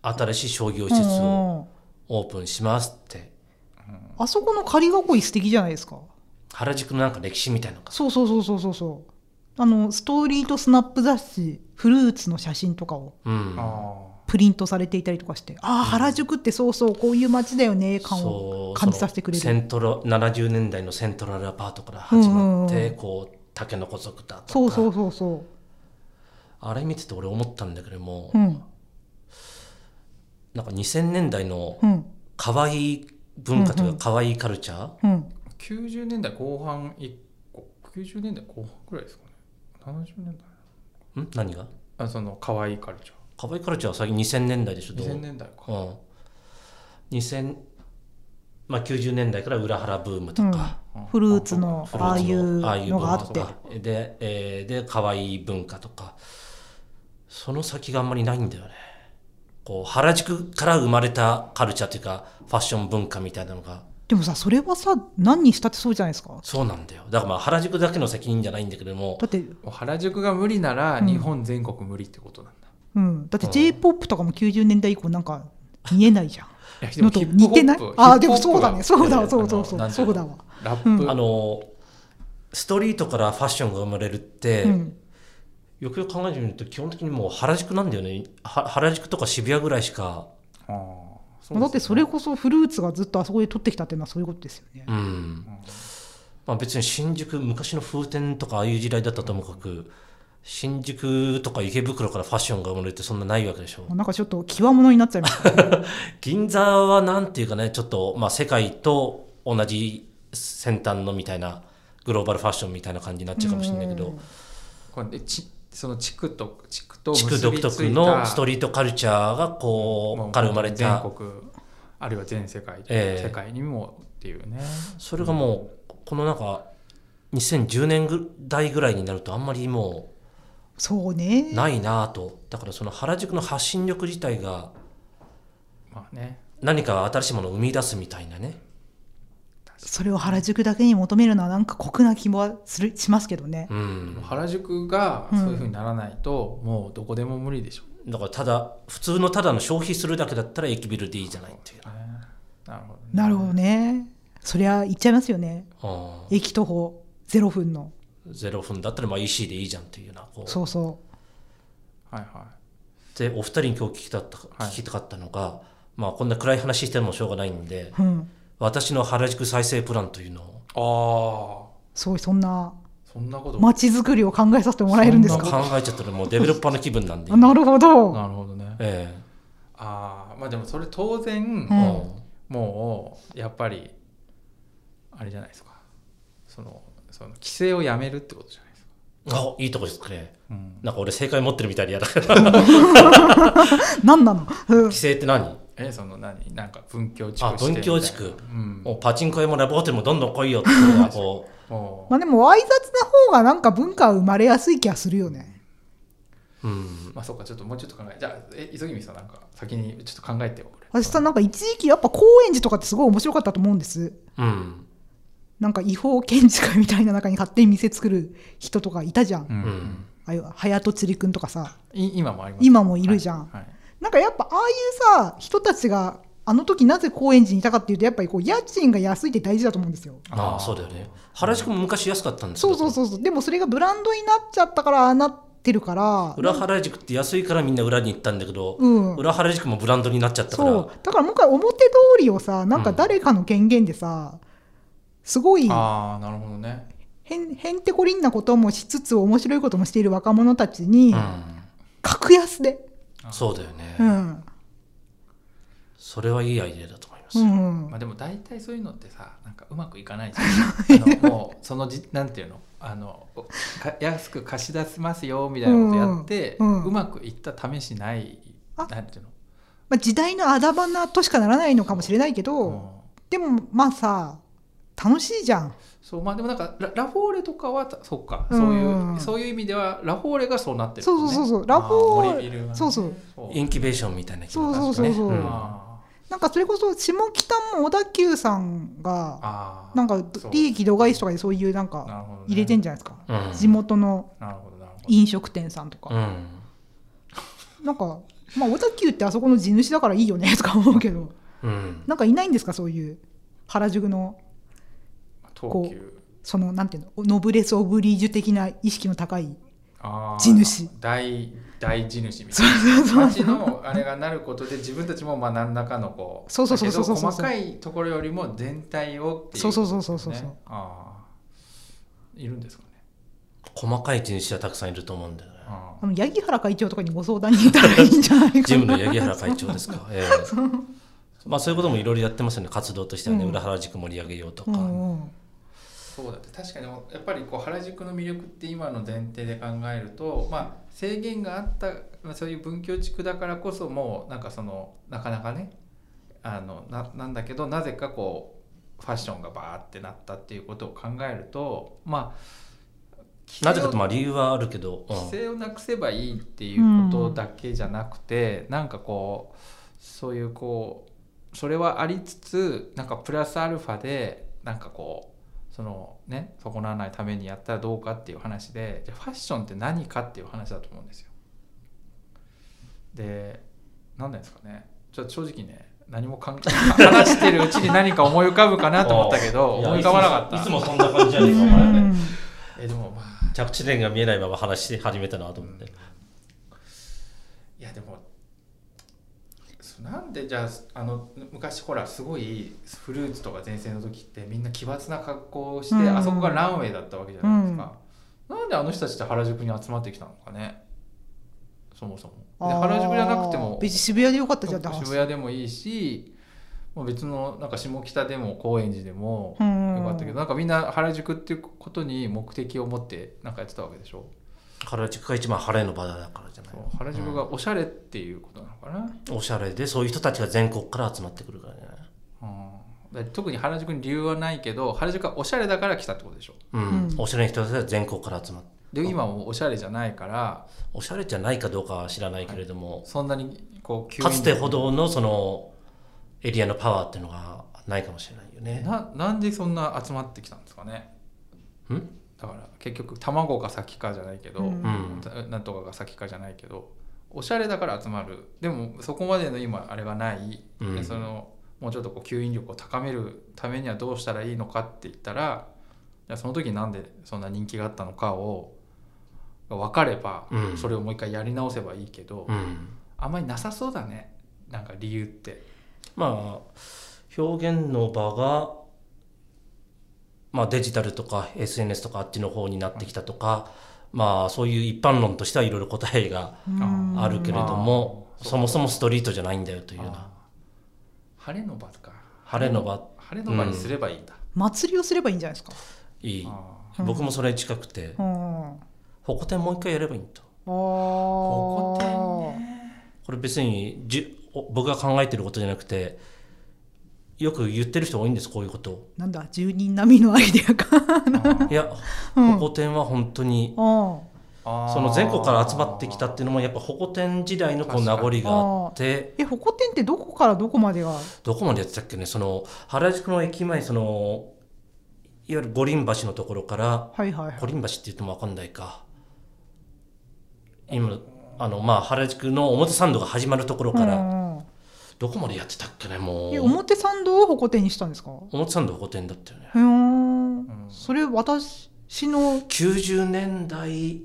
Speaker 1: 新しい商業施設をオープンしますって
Speaker 3: あそこの仮囲い素敵じゃないですか。
Speaker 1: 原宿のなんか歴史みたいなのが
Speaker 3: そうそうそうそうそうそう。あのストーリーとスナップ雑誌フルーツの写真とかを
Speaker 1: うん
Speaker 2: あ
Speaker 3: プリントされていたりとかして、ああ原宿ってそうそうこういう街だよね感
Speaker 1: そ
Speaker 3: を
Speaker 1: う
Speaker 3: 感じさせてくれ
Speaker 1: その
Speaker 3: る。
Speaker 1: セントラ70年代のセントラルアパートから始まって、
Speaker 3: うんうんうん
Speaker 1: こうタケノコ族だとか
Speaker 3: そうそうそうそ
Speaker 1: あれ見てて俺思ったんだけども、
Speaker 3: う。うん
Speaker 1: なんか2000年代の
Speaker 3: うん
Speaker 1: 可愛い文化と
Speaker 3: う
Speaker 1: い
Speaker 3: ん
Speaker 1: う
Speaker 3: うん
Speaker 1: か可愛いカルチャー、
Speaker 3: うん。
Speaker 2: あ90年代後半一個90年代後半くらいですかね70年代
Speaker 1: ん何が
Speaker 2: あその可愛いカルチ
Speaker 1: 可愛いカルチャーは最近2000年代でしょ
Speaker 2: ャー
Speaker 1: どう
Speaker 2: 2000年代か、
Speaker 1: うん、2000まあ90年代から裏腹ブームとか、
Speaker 2: うん
Speaker 3: フルーツの
Speaker 1: フルーツの
Speaker 3: ああいうのがあって
Speaker 1: ああいう文化とかで、えー、で可愛い文化とかその先があんまりないんだよねこう原宿から生まれたカルチャーというかファッション文化みたいなのが
Speaker 3: でもさそれはさ何にしたってそうじゃないですか
Speaker 1: そうなんだよだからまあ原宿だけの責任じゃないんだけども
Speaker 3: だって、
Speaker 2: もう原宿が無理なら
Speaker 3: うん
Speaker 2: 日本全国無理ってことなんだ、
Speaker 3: うん、だって
Speaker 1: うん
Speaker 3: j p o p とかも90年代以降なんか見えないじゃん
Speaker 2: いや でも
Speaker 3: のと
Speaker 2: ヒップホッ
Speaker 3: 似
Speaker 2: プ
Speaker 3: てない
Speaker 2: ヒップホップ
Speaker 3: ああでもそうだねそう
Speaker 2: あ
Speaker 3: だ
Speaker 2: の
Speaker 3: そうそうそ
Speaker 2: なん
Speaker 3: う
Speaker 2: てい
Speaker 3: そう
Speaker 2: の
Speaker 3: だわ、
Speaker 2: ラップ、
Speaker 3: うん
Speaker 1: あのストリートからファッションが生まれるって、
Speaker 3: うん、
Speaker 1: よくよく考えてみると基本的にもう原宿なんだよねは原宿とか渋谷ぐらいしか
Speaker 2: あーそうですね
Speaker 3: だってそれこそフルーツがずっとあそこで取ってきたっていうのはそういうことですよね、
Speaker 1: うんまあ、別に新宿昔の風天とかああいう時代だったともかく新宿とか池袋からファッションが生まれるってそんなないわけでしょ
Speaker 3: なんかちょっと際物になっちゃいました
Speaker 1: 銀座はなんていうかねちょっとまあ世界と同じ先端のみたいなグローバルファッションみたいな感じになっちゃうかもしれないけど
Speaker 2: これでちその地区と地区と
Speaker 1: 地
Speaker 2: 結び
Speaker 1: 区
Speaker 2: つ
Speaker 1: 独特のスト
Speaker 2: リ
Speaker 1: リートカルチャーがこうから生まれた
Speaker 2: 全国あるいは全世界、
Speaker 1: ええ
Speaker 2: 世界にもっていうね
Speaker 1: それがもうこのなんか2010年ぐ代ぐらいになるとあんまりもう
Speaker 3: そうね
Speaker 1: ないなぁとだからその原宿の発信力自体が
Speaker 2: まあね
Speaker 1: 何か新しいものを生み出すみたいなね
Speaker 3: それを原宿だけに求めるのはなんか酷な気もするしますけどね、
Speaker 1: うん
Speaker 2: 原宿がそういうふうにならないと、もうどこでも無理でしょ
Speaker 1: だからただ普通のただの消費するだけだったら駅ビルでいいじゃないっていう
Speaker 2: うねなるほど、ね、
Speaker 3: なるほどねそりゃ行っちゃいますよね
Speaker 1: あ
Speaker 3: 駅徒歩0分の
Speaker 1: 0分だったらまあ EC でいいじゃんっていうようなこう
Speaker 3: そうそ
Speaker 2: はいは
Speaker 1: でお二人に今日聞きたった
Speaker 2: はい
Speaker 1: 聞きたかったのが、まあこんな暗い話してもしょうがないんで
Speaker 3: ううん
Speaker 1: 私の原宿再生プランというのを
Speaker 2: いああ
Speaker 3: すごいそんな
Speaker 2: そんなこと
Speaker 3: 街づくりを考えさせてもらえるんです
Speaker 1: 考
Speaker 2: そ
Speaker 3: か
Speaker 1: えちゃったらもうデベロッパーの気分なんで
Speaker 3: あなるほど
Speaker 2: なるほどね
Speaker 1: え
Speaker 2: ああまあでもそれ当然、
Speaker 1: え
Speaker 3: うん
Speaker 2: もうやっぱりあれじゃないですかそのその規制をやめるってことじゃないですか、
Speaker 1: あいいとこですね
Speaker 2: うん、
Speaker 1: なんか俺正解持ってるみたいで嫌だから
Speaker 3: 何なの、うん
Speaker 1: 規制って何
Speaker 2: えその何なんか文教地
Speaker 1: あ
Speaker 2: 区してみたいな
Speaker 1: 文教地区
Speaker 2: うん
Speaker 1: もうパチンコ屋もラブホテルもどんどん来いよっていう のがこ
Speaker 2: もう
Speaker 3: まあでもわい雑な方がなんか文化は生まれやすい気がするよね
Speaker 1: う、うん、
Speaker 2: まあそうかちょっともうちょっと考えじゃあえ急ぎみさんなんか先にちょっと考えてよ俺
Speaker 3: 私さなんか一時期やっぱ高円寺とかってすごい面白かったと思うんです
Speaker 1: うん、
Speaker 3: なんか違法建築家みたいな中に勝手に店作る人とかいたじゃん、
Speaker 2: う
Speaker 3: あ
Speaker 2: ん
Speaker 1: う
Speaker 2: うんん、
Speaker 3: あいう早とちりくんとかさ
Speaker 2: い今もあります
Speaker 3: 今もいるじゃん
Speaker 2: はいはい
Speaker 3: なんかやっぱああいうさ人たちがあの時なぜ高円寺にいたかっていうとやっぱりこう家賃が安いって大事だと思うんですよ。
Speaker 1: ああそうだよね原宿も昔安かったんです
Speaker 3: そうそう
Speaker 1: う
Speaker 3: そうそうでもそれがブランドになっちゃったからああなってるから
Speaker 1: 裏原宿って安いからみんな裏に行ったんだけど、
Speaker 3: うん
Speaker 1: 裏原宿もブランドになっちゃったから
Speaker 3: そうだからもう一回表通りをさなんか誰かの権限でさ、すごい
Speaker 2: ああなるほどね
Speaker 3: へんへんてこりんなこともしつつ面白いこともしている若者たちに、
Speaker 1: う
Speaker 3: 格安で、
Speaker 1: ん、そうだよね、
Speaker 3: うん
Speaker 1: それはいいアイデアだと思います、
Speaker 3: うん
Speaker 2: まあ、でも大体そういうのってさなんかうまくいかないじ ゃんあのもうそのじなんていうのあのか安く貸し出せますよみたいなことやって、
Speaker 3: う
Speaker 2: うん
Speaker 3: うん
Speaker 2: まくいった試しない
Speaker 3: あ
Speaker 2: なんていうの
Speaker 3: まあ、時代のあだ花としかならないのかもしれないけど、
Speaker 2: うん
Speaker 3: でもまあさ楽しいじゃん
Speaker 2: そうまあでもなんかララフォーレとかはたそうか、
Speaker 3: うん
Speaker 2: そういうそういう意味ではラフォーレがそうなってるもんね、
Speaker 3: そうそうそうそうラフォーレ
Speaker 2: あ森ビルはね
Speaker 3: そうそう
Speaker 2: そう
Speaker 1: インキュベーションみたいな気
Speaker 3: そう
Speaker 1: が
Speaker 3: そうそうそ
Speaker 1: 確
Speaker 3: う、
Speaker 1: かにねうん
Speaker 2: あー
Speaker 3: なんかそれこそ下北も小田急さんが
Speaker 2: あー
Speaker 3: なんか
Speaker 2: そう
Speaker 3: 利益度外視とかでそういうなんか
Speaker 2: なるほどね
Speaker 3: 入れてんじゃないですか、
Speaker 1: うん
Speaker 3: 地元の
Speaker 2: なるほどなるほど
Speaker 3: 飲食店さんと
Speaker 1: う
Speaker 3: か、
Speaker 1: ん
Speaker 3: なんか、まあ、小田急ってあそこの地主だからいいよねと か思うけど
Speaker 1: うん
Speaker 3: なんかいないんですかそういう原宿の
Speaker 2: 東急
Speaker 3: そのなんていうのノブレス・オブリージュ的な意識の 高い
Speaker 2: あー
Speaker 3: 地主
Speaker 2: 大大地主みた
Speaker 3: そ
Speaker 2: いうな
Speaker 3: そうそ
Speaker 2: 町
Speaker 3: う
Speaker 2: のあれがなることで自分たちもまあ何らかのこう
Speaker 3: そうそうそうそうそ
Speaker 2: だ
Speaker 3: う
Speaker 2: けど細かいところよりも全体をっていうことですね、
Speaker 3: そうそうそうそうそうそう
Speaker 2: あーいるんですかね
Speaker 1: 細かい人種はたくさんいると思うんだよね
Speaker 2: あ
Speaker 3: あの八木原会長とかにご相談に行ったらいいんじゃないかな
Speaker 1: ジムの八木原会長 ですか、ええまあ、そういうこともいろいろやってますよね活動としてはね、
Speaker 3: うん
Speaker 1: 裏原宿盛り上げようと
Speaker 3: う
Speaker 1: か、
Speaker 3: んうん
Speaker 2: そうだって確かにやっぱりこう原宿の魅力って今の前提で考えると、まあ、制限があった、まあ、そういう文教地区だからこそもうなんかそのなかなかねあのななんだけどなぜかこうファッションがバーってなったっていうことを考えるとまあ
Speaker 1: なぜかとまあ理由はあるけど、うん
Speaker 2: 規制をなくせばいいっていうことだけじゃなくて、なんかこうそういうこうそれはありつつなんかプラスアルファでなんかこうそのね損なわないためにやったらどうかっていう話でじゃあファッションって何かっていう話だと思うんですよ。で何なんですかねちょっと正直ね何も考え話してるうちに何か思い浮かぶかなと思ったけど
Speaker 1: いや
Speaker 2: 思い浮かばなかった
Speaker 1: いつもいつもそんな感じじゃねえかお前
Speaker 3: うん
Speaker 2: えでもまあ
Speaker 1: 着地点が見えないまま話し始めたなと思って、
Speaker 2: いやでもそうなんでじゃああの昔ほらすごいフルーツとか前線の時ってみんな奇抜な格好をして、
Speaker 3: うん
Speaker 2: あそこがランウェイだったわけじゃないですか、なんであの人たちって原宿に集まってきたのかねそもそもで
Speaker 3: あー
Speaker 2: 原宿じゃなくても
Speaker 3: 別に渋谷でよかったじゃんって話
Speaker 2: 渋谷でもいいしもう別のなんか下北でも高円寺でも
Speaker 3: う
Speaker 2: よ
Speaker 3: ん
Speaker 2: かったけど、なんかみんな原宿っていうことに目的を持ってなんかやってたわけでしょ
Speaker 1: 原宿が一番晴れの場だからじゃない
Speaker 2: そう原宿がおしゃれっていうことなのかな、
Speaker 1: おしゃれでそういう人たちが全国から集まってくるからね
Speaker 2: うんだ特に原宿に理由はないけど原宿はおしゃれだから来たってことでしょ
Speaker 1: うん、
Speaker 3: うん
Speaker 1: おしゃれな人たちが全国から集まって
Speaker 2: で今はもうおしゃれじゃないから
Speaker 1: おしゃれじゃないかどうかは知らないけれども、
Speaker 2: そんなにこう急に
Speaker 1: かつてほどのそのエリアのパワーっていうのがないかもしれないよね
Speaker 2: ななんでそんな集まってきたんですかね
Speaker 1: ん
Speaker 2: だから結局卵が先かじゃないけど、
Speaker 1: う
Speaker 3: う
Speaker 1: んん
Speaker 2: なんとかが先かじゃないけどおしゃれだから集まるでもそこまでの今あれがない、
Speaker 1: うん
Speaker 2: でそのもうちょっとこう吸引力を高めるためにはどうしたらいいのかって言ったらじゃあその時なんでそんな人気があったのかをが分かれば、
Speaker 1: うん
Speaker 2: それをもう一回やり直せばいいけど、
Speaker 1: うん
Speaker 2: あんまりなさそうだねなんか理由って。
Speaker 1: まあ表現の場が、まあ、デジタルとか SNS とかあっちの方になってきたとか、まあそういう一般論としてはいろいろ答えが
Speaker 3: うん
Speaker 1: あるけれども、
Speaker 2: うん
Speaker 1: そもそもストリートじゃないんだよというよう
Speaker 2: あ
Speaker 1: な
Speaker 2: ー晴れの場か
Speaker 1: 晴れの場
Speaker 2: 晴れの場にすればいいんだ。
Speaker 3: 祭りをすればいいんじゃないですか、
Speaker 1: いい
Speaker 2: あー
Speaker 3: うん
Speaker 1: 僕もそれ近くて
Speaker 3: うん、あ
Speaker 1: ホコ天もう一回やればいいんだ
Speaker 3: あ
Speaker 2: こ
Speaker 3: こ
Speaker 2: こって
Speaker 1: これ別にじお僕が考えてることじゃなくてよく言ってる人多いんですこういうことを
Speaker 3: なんだ住人並みのアイデアか
Speaker 1: いや
Speaker 3: うん
Speaker 1: ホコ天は本当に
Speaker 3: あ
Speaker 2: あー
Speaker 1: その全国から集まってきたっていうのもやっぱホコ天時代のこう名残があって
Speaker 3: えホコ天ってどこからどこまでが
Speaker 1: どこまでやってたっけねその原宿の駅前そのいわゆる五輪橋のところから
Speaker 3: はいはいはい
Speaker 1: 五輪橋って言っても分かんないか今あのまあ原宿の表参道が始まるところから
Speaker 3: うんうん
Speaker 1: どこまでやってたっけねも
Speaker 3: え
Speaker 1: う
Speaker 3: 表参道をホコ天にしたんですかへ
Speaker 1: 表参道御殿だったよね
Speaker 3: え、
Speaker 2: うん
Speaker 3: それ私の
Speaker 1: 90年代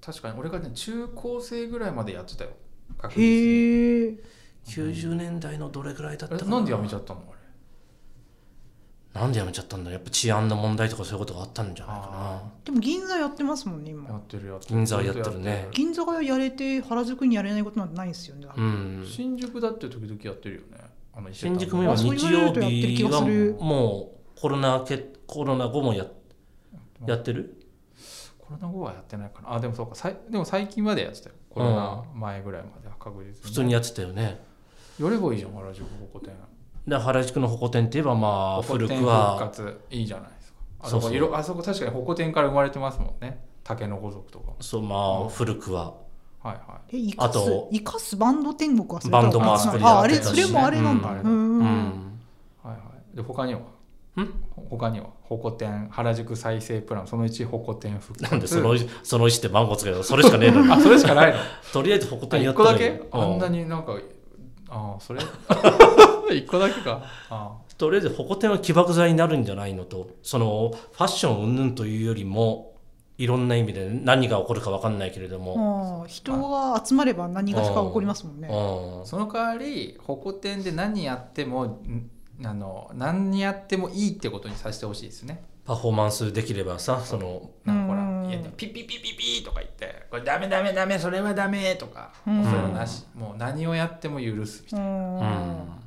Speaker 2: 確かに俺がね中高生ぐらいまでやってたよ確実に
Speaker 3: へえ
Speaker 1: 90年代のどれぐらいだったか
Speaker 2: えなんでやめちゃったのあれ
Speaker 1: なんでやめちゃったんだろうやっぱ治安の問題とかそういうことがあったんじゃないか
Speaker 2: あ
Speaker 1: な
Speaker 3: でも銀座やってますもんね
Speaker 2: や
Speaker 3: 今
Speaker 2: ってるやってる
Speaker 1: 銀座やってるね
Speaker 3: 銀座がやれて原宿にやれないことなんてないんですよね、
Speaker 1: うん
Speaker 2: 新宿だって時々やってるよねあの伊勢丹
Speaker 1: 新
Speaker 2: の
Speaker 1: 宿も今
Speaker 3: あそう
Speaker 1: 日
Speaker 3: 言われ
Speaker 1: 曜
Speaker 3: るとやってる気
Speaker 1: 日
Speaker 3: が
Speaker 1: は
Speaker 3: する
Speaker 1: もうコロナ明けコロナ後もややってる
Speaker 2: コロナ後はやってないかなあでもそうかさいでも最近までやってたよコロナ前ぐらいまでは確実に
Speaker 1: 普通にやってたよね
Speaker 2: 寄ればいいじゃん原宿ここ店
Speaker 1: で原宿のホコ天っていえばまあ
Speaker 2: ホコ
Speaker 1: 古
Speaker 2: 天
Speaker 1: く
Speaker 2: 復
Speaker 1: は
Speaker 2: 活いいじゃないですかあ
Speaker 1: そ
Speaker 2: そう
Speaker 1: そう
Speaker 2: こいろあそこ確かにホコ天から生まれてますもんね竹の子族とかも
Speaker 1: そうま
Speaker 2: う
Speaker 1: あ
Speaker 2: ん
Speaker 1: 古くは
Speaker 2: はいは
Speaker 3: え生か
Speaker 1: あ
Speaker 3: す
Speaker 1: と
Speaker 3: 生かすバンド天国はそれと
Speaker 1: バンドも
Speaker 3: あ
Speaker 1: あそこで
Speaker 3: ああ
Speaker 1: やっ
Speaker 3: れ
Speaker 1: てた
Speaker 3: そ
Speaker 1: しね
Speaker 3: れもあれなんだ、
Speaker 2: う
Speaker 1: う
Speaker 3: うん
Speaker 1: ん
Speaker 2: いはいはいで他にはほ他にはホコ天原宿再生プランその1ホコ天復活
Speaker 1: なんでそのその石ってマンゴーつけたのそれしかねえだろ
Speaker 2: あそれしかないの
Speaker 1: とりあえずホコ天や
Speaker 2: 一
Speaker 1: った
Speaker 2: 個
Speaker 1: ら
Speaker 2: だ
Speaker 1: いい
Speaker 2: け
Speaker 1: うん
Speaker 2: あんなになんかあ あそれ一個だけかあ
Speaker 1: とりあえずホコ天は起爆剤になるんじゃないのとそのファッション云々というよりもいろんな意味で何が起こるか分かんないけれども、
Speaker 3: ああ人が集まれば何がしか起こりますもんね
Speaker 1: うん
Speaker 2: あその代わりホコ天で何やってもんあの何やってもいいってことにさせてほしいですね
Speaker 1: パフォーマンスできればさその
Speaker 2: なんか
Speaker 3: うん
Speaker 2: ほら家でピッピッピッピッピーとか言ってこれダメダメダメそれはダメとかもうそういうのなしもう何をやっても許すみた
Speaker 3: う
Speaker 2: い
Speaker 3: ん
Speaker 1: うん
Speaker 2: な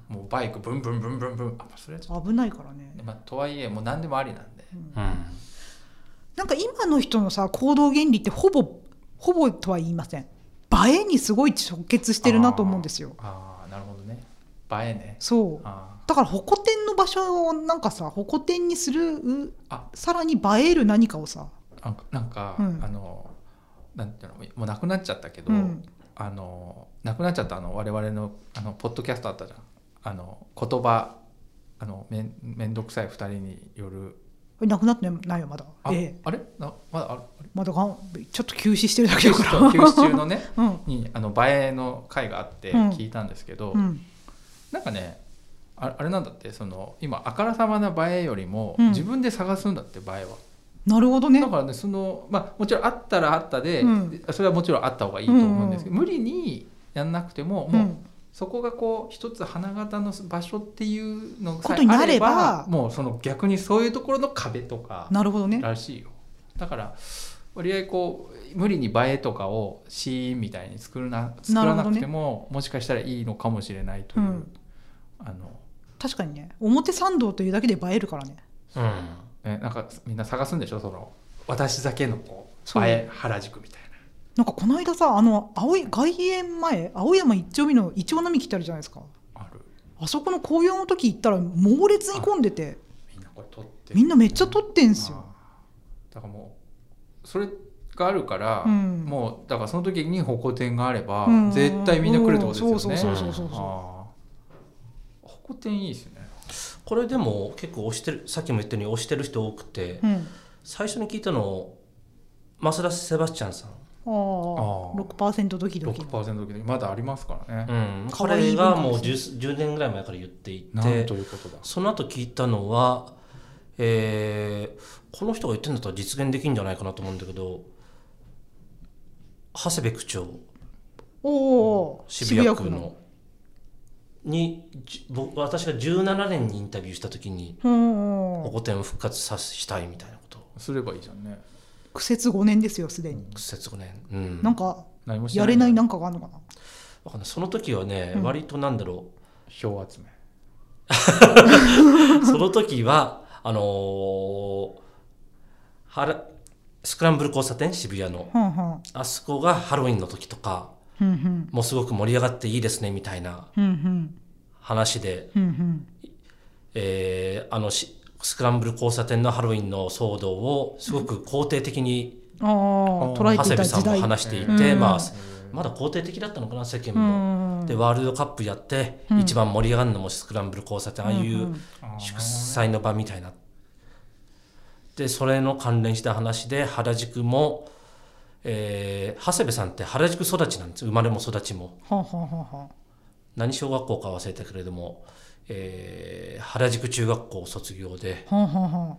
Speaker 2: もうバイクブンブンブンブンブンあまあそれはちょっ
Speaker 3: 危ないからね
Speaker 2: と、まあ、とはいえもう何でもありなんで
Speaker 1: うん
Speaker 3: なんか今の人のさ行動原理ってほぼほぼとは言いません映えにすごい直結してるなと思うんですよ
Speaker 2: あーあーなるほどね映えね
Speaker 3: そう
Speaker 2: あ
Speaker 3: だからホコ天の場所をなんかさホコ天にするう
Speaker 2: ーあ
Speaker 3: さらに映える何かをさ、
Speaker 2: なんかなんか、
Speaker 3: うん
Speaker 2: あのなんていうのもうなくなっちゃったけど、
Speaker 3: うん、
Speaker 2: あのなくなっちゃったあの我々のあのポッドキャストあったじゃんあの言葉あのめんめんどくさい二人による
Speaker 3: なくなってないよまだ
Speaker 2: あ,、
Speaker 3: ええ
Speaker 2: あれなまだあるあれ
Speaker 3: まだがんちょっと休止してるだけ
Speaker 2: 休止
Speaker 3: だから
Speaker 2: 中休止中のね
Speaker 3: うん
Speaker 2: にあの映えの回があって
Speaker 3: うん
Speaker 2: 聞いたんですけど、
Speaker 3: うん
Speaker 2: なんかねああれなんだってその今あからさまな映えよりも、
Speaker 3: うん
Speaker 2: 自分で探すんだって映えは
Speaker 3: なるほどね
Speaker 2: だからねそのまあもちろんあったらあったで、
Speaker 3: うん
Speaker 2: でそれはもちろんあった方がいいと思うんですけど、無理にやんなくても
Speaker 3: う
Speaker 2: もう、
Speaker 3: ん、
Speaker 2: そこがこう一つ花形の場所っていうの
Speaker 3: ことになれ
Speaker 2: あ
Speaker 3: ば
Speaker 2: もうその逆にそういうところの壁とか
Speaker 3: なるほどね
Speaker 2: らしいよだから割合こう無理に映えとかをシーンみたいに作るな作らなくても、もしかしたらいいのかもしれないという、
Speaker 3: うん
Speaker 2: あの
Speaker 3: 確かにね表参道というだけで映えるからね
Speaker 1: うん
Speaker 2: ねなんかみんな探すんでしょその私だけのこ
Speaker 3: そう
Speaker 2: う映え原宿みたいな。
Speaker 3: なんかこの間さあの青い外苑前青山一丁目のイチョウ並木ってあるじゃないですか
Speaker 2: ある
Speaker 3: あそこの紅葉の時行ったら猛烈に混んでて
Speaker 2: みんなこれ撮って
Speaker 3: みんなめっちゃ撮ってんすよ、
Speaker 2: あーだからもうそれがあるから、
Speaker 3: うん
Speaker 2: もうだからその時に方向転があれば、
Speaker 3: うん
Speaker 2: 絶対みんな来るってこと
Speaker 3: うん
Speaker 2: ですよね。
Speaker 3: そうそうそうそうそ
Speaker 2: あー方向転いいですね。
Speaker 1: これでも結構押してるさっきも言ったように押してる人多くて、
Speaker 3: う、うん、
Speaker 1: 最初に聞いたの増田セバスチャンさん、
Speaker 3: あー
Speaker 2: あー
Speaker 3: 6%ドキドキ
Speaker 2: 6%の時にまだありますからね。
Speaker 1: うん、
Speaker 3: 可
Speaker 1: こ
Speaker 3: 愛い
Speaker 1: れ
Speaker 3: 文化
Speaker 1: がもう
Speaker 3: で
Speaker 1: 10, 10年ぐらい前から言っていて
Speaker 2: なんということだ。
Speaker 1: その後聞いたのは、えーこの人が言ってんだったら実現できるんじゃないかなと思うんだけど長谷部区長
Speaker 3: おお
Speaker 1: 渋谷区のにじ僕私が17年にインタビューした時に
Speaker 3: うんう
Speaker 1: お
Speaker 3: ん
Speaker 1: こてを復活させしたいみたいなことを
Speaker 2: すればいいじゃんね。
Speaker 3: 苦節5年ですよすでに、
Speaker 1: 屈折ね、うん、
Speaker 3: なんか
Speaker 2: 何もして
Speaker 3: やれない
Speaker 2: な
Speaker 3: なんかがあるのかな
Speaker 1: わかんないその時はね、
Speaker 3: うん
Speaker 1: 割となんだろ
Speaker 2: 票集め。
Speaker 1: うその時はあのーはらスクランブル交差点渋谷の
Speaker 3: はんはん
Speaker 1: あそこがハロウィンの時とか
Speaker 3: ふんふん
Speaker 1: もうすごく盛り上がっていいですねみたいな
Speaker 3: ふんふん
Speaker 1: 話で、
Speaker 3: ふんふん
Speaker 1: えーあのしスクランブル交差点のハロウィンの騒動をすごく肯定的に
Speaker 3: ああ捉え
Speaker 1: 長
Speaker 3: て
Speaker 1: 谷
Speaker 3: いた
Speaker 1: 部さん
Speaker 3: 時
Speaker 1: も
Speaker 3: 代
Speaker 1: 話してい
Speaker 3: 時
Speaker 1: て、
Speaker 3: 代
Speaker 1: まあ
Speaker 3: うん、
Speaker 1: まだ肯定的だったのかな世間
Speaker 3: う
Speaker 1: も。
Speaker 3: ん
Speaker 1: でワールドカップやって、
Speaker 3: うん
Speaker 1: 一番盛り上がるのもスクランブル交差点、ああいう祝祭の場みたいな。でそれの関連した話で原宿も、えー長谷部さんって原宿育ちなんです生まれも育ちも。
Speaker 3: はあはあはあはあ
Speaker 1: 何小学校か忘れたけれども、えー原宿中学校を卒業で、
Speaker 3: ほんほんほん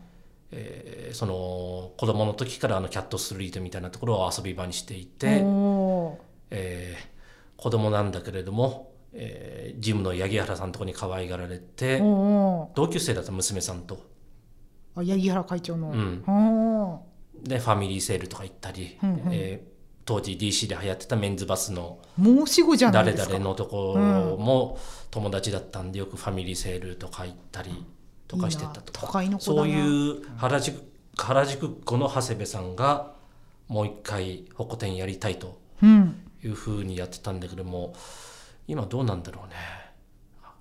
Speaker 1: えーその子供の時からあのキャットストリートみたいなところを遊び場にしていて、
Speaker 3: おー
Speaker 1: えー子供なんだけれども、えージムの八木原さんのとこに可愛がられて、
Speaker 3: お
Speaker 1: 同級生だった娘さんと
Speaker 3: ーあ八木原会長の、
Speaker 1: うん
Speaker 3: お
Speaker 1: でファミリーセールとか行ったり、
Speaker 3: うんうん
Speaker 1: えー当時 DC で流行ってたメンズバスの
Speaker 3: ー申し子じゃない
Speaker 1: 誰
Speaker 3: ですか
Speaker 1: 々のところも友達だったんでよくファミリーセールとか行ったりとかしてたと
Speaker 3: いいな都
Speaker 1: か
Speaker 3: 会の子だな
Speaker 1: そういう原宿原宿子の長谷部さんがもう一回ホコ天やりたいと
Speaker 3: うん
Speaker 1: いうふうにやってたんだけども今どうなんだろうねあ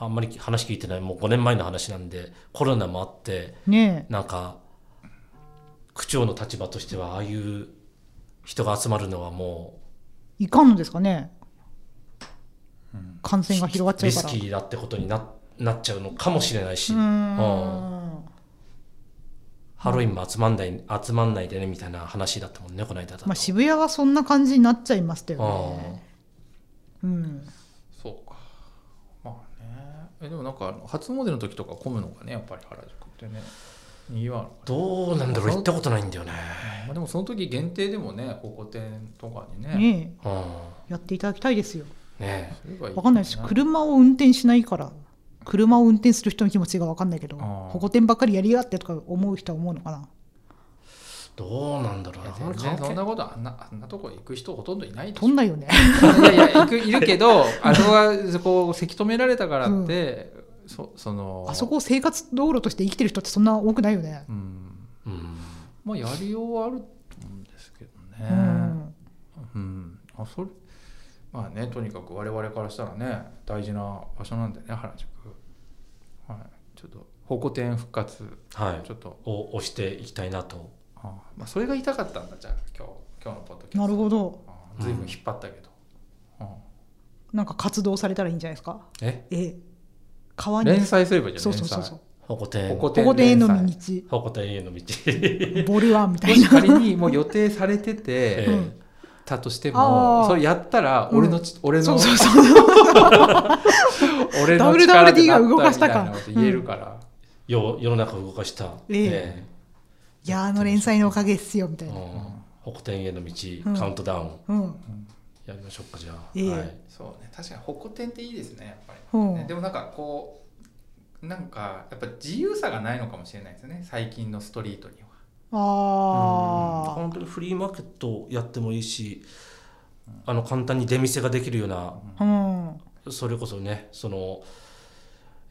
Speaker 1: あんまり話聞いてないもう5年前の話なんでコロナもあって
Speaker 3: ねえ
Speaker 1: なんか区長の立場としてはああいう人が集まるのはも
Speaker 3: いかんのですかね
Speaker 2: うん
Speaker 3: 感染が広がっ
Speaker 1: う
Speaker 3: ちゃ
Speaker 1: リ
Speaker 3: うか
Speaker 1: ス
Speaker 3: ら
Speaker 1: キーだってことにななっちゃうのかもしれないし、
Speaker 3: うー
Speaker 1: うん
Speaker 3: ん
Speaker 1: ハロウィンも集まんない集まんないでねみたいな話だったもんねこの間だと、
Speaker 3: まあ渋谷がそんな感じになっちゃいましたよ
Speaker 1: うん
Speaker 3: ねうん
Speaker 2: そうかまあねえでもなんかあの初詣の時とか混むのがねやっぱり原宿ってねにぎわうのか
Speaker 1: どうなんだろう行ったことないんだよね、
Speaker 2: な、まあ、でもその時限定でもね高校店とかにね
Speaker 3: ね
Speaker 1: うん、
Speaker 3: えやっていただきたいですよ
Speaker 1: ねえ
Speaker 2: すればいい
Speaker 3: わかんないです車を運転しないから車を運転する人の気持ちがわかんないけど
Speaker 2: あー
Speaker 3: 保護店ばっかりやりやがってとか思う人は思うのかな
Speaker 1: どうなんだろう
Speaker 2: いや
Speaker 1: な
Speaker 2: 全然そんなことあんなあんなとこ行く人ほとんどいないでしょ
Speaker 3: とんないよね
Speaker 2: いやいや行くいるけど あそこはそこをせき止められたからって、そその
Speaker 3: あそこを生活道路として生きてる人ってそんな多くないよね
Speaker 2: うん
Speaker 1: うん
Speaker 2: まあやりようはあると思うんですけど
Speaker 3: う
Speaker 2: ね
Speaker 3: ん
Speaker 2: うん、あそれまあねとにかく我々からしたらね大事な場所なんでね原宿はいちょっと方向転復活
Speaker 1: はい
Speaker 2: ちょっと
Speaker 1: を押していきたいなと
Speaker 2: あ、まあ、それが痛かったんだじゃあ今日今日のポッドキャスト
Speaker 3: なるほど
Speaker 2: あ随分引っ張ったけど、うん
Speaker 3: なんか活動されたらいいんじゃないですか
Speaker 1: え
Speaker 3: ええ川に
Speaker 2: 連載すればいいじ
Speaker 3: そ
Speaker 2: ゃ
Speaker 3: う
Speaker 2: ない
Speaker 3: そう
Speaker 2: 連
Speaker 3: そ
Speaker 2: 載
Speaker 3: うそう
Speaker 1: ほこてん
Speaker 2: ほこ
Speaker 3: ここで絵の
Speaker 2: 連載
Speaker 3: 道
Speaker 1: ほこてんへの道
Speaker 3: ボルワンみ た
Speaker 2: も
Speaker 3: い
Speaker 2: し
Speaker 3: な
Speaker 2: 仮にもう予定されて
Speaker 1: え
Speaker 2: て
Speaker 1: え
Speaker 3: うん
Speaker 2: たとして
Speaker 3: あ
Speaker 2: も
Speaker 3: ー
Speaker 2: それやったら俺のち、俺
Speaker 3: そ
Speaker 2: の
Speaker 3: うそうそう
Speaker 2: 俺の力で
Speaker 3: WWD が
Speaker 2: な
Speaker 3: 動かしたか
Speaker 2: ったみたいなこと言えるから、
Speaker 1: よ世の中を動かした
Speaker 3: ええいやあの連載のおかげっすよみた
Speaker 1: え
Speaker 3: いな
Speaker 1: うんほこてんへの道、
Speaker 3: うん
Speaker 1: カウントダウン
Speaker 3: うん
Speaker 1: やりましょうかじゃあ、
Speaker 3: ええ
Speaker 1: はい、
Speaker 2: そうね確かにほこてんっていいですねやっぱり、
Speaker 3: うん
Speaker 2: ねでもなんかこうなんかやっぱ自由さがないのかもしれないですね最近のストリートには
Speaker 3: あ
Speaker 1: 本当にフリーマーケットやってもいいしあの簡単に出店ができるような
Speaker 3: あうん
Speaker 1: それこそねその、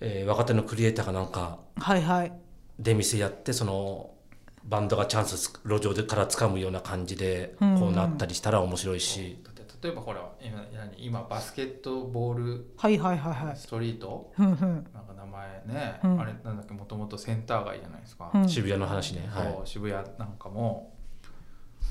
Speaker 1: えー若手のクリエイターがなんか
Speaker 3: はいはい
Speaker 1: 出店やってそのバンドがチャンスつ路上でから掴むような感じで
Speaker 3: うん
Speaker 1: こうなったりしたら面白いし、
Speaker 2: だって例えばほら今何今バスケットボール
Speaker 3: はいはいはいはい
Speaker 2: ストリート
Speaker 3: ふんふん
Speaker 2: なんか名前ね、
Speaker 3: うん
Speaker 2: あれなんだっけもともとセンター街じゃないですか、
Speaker 3: うん
Speaker 1: 渋谷の話ね、はい
Speaker 2: そう渋谷なんかも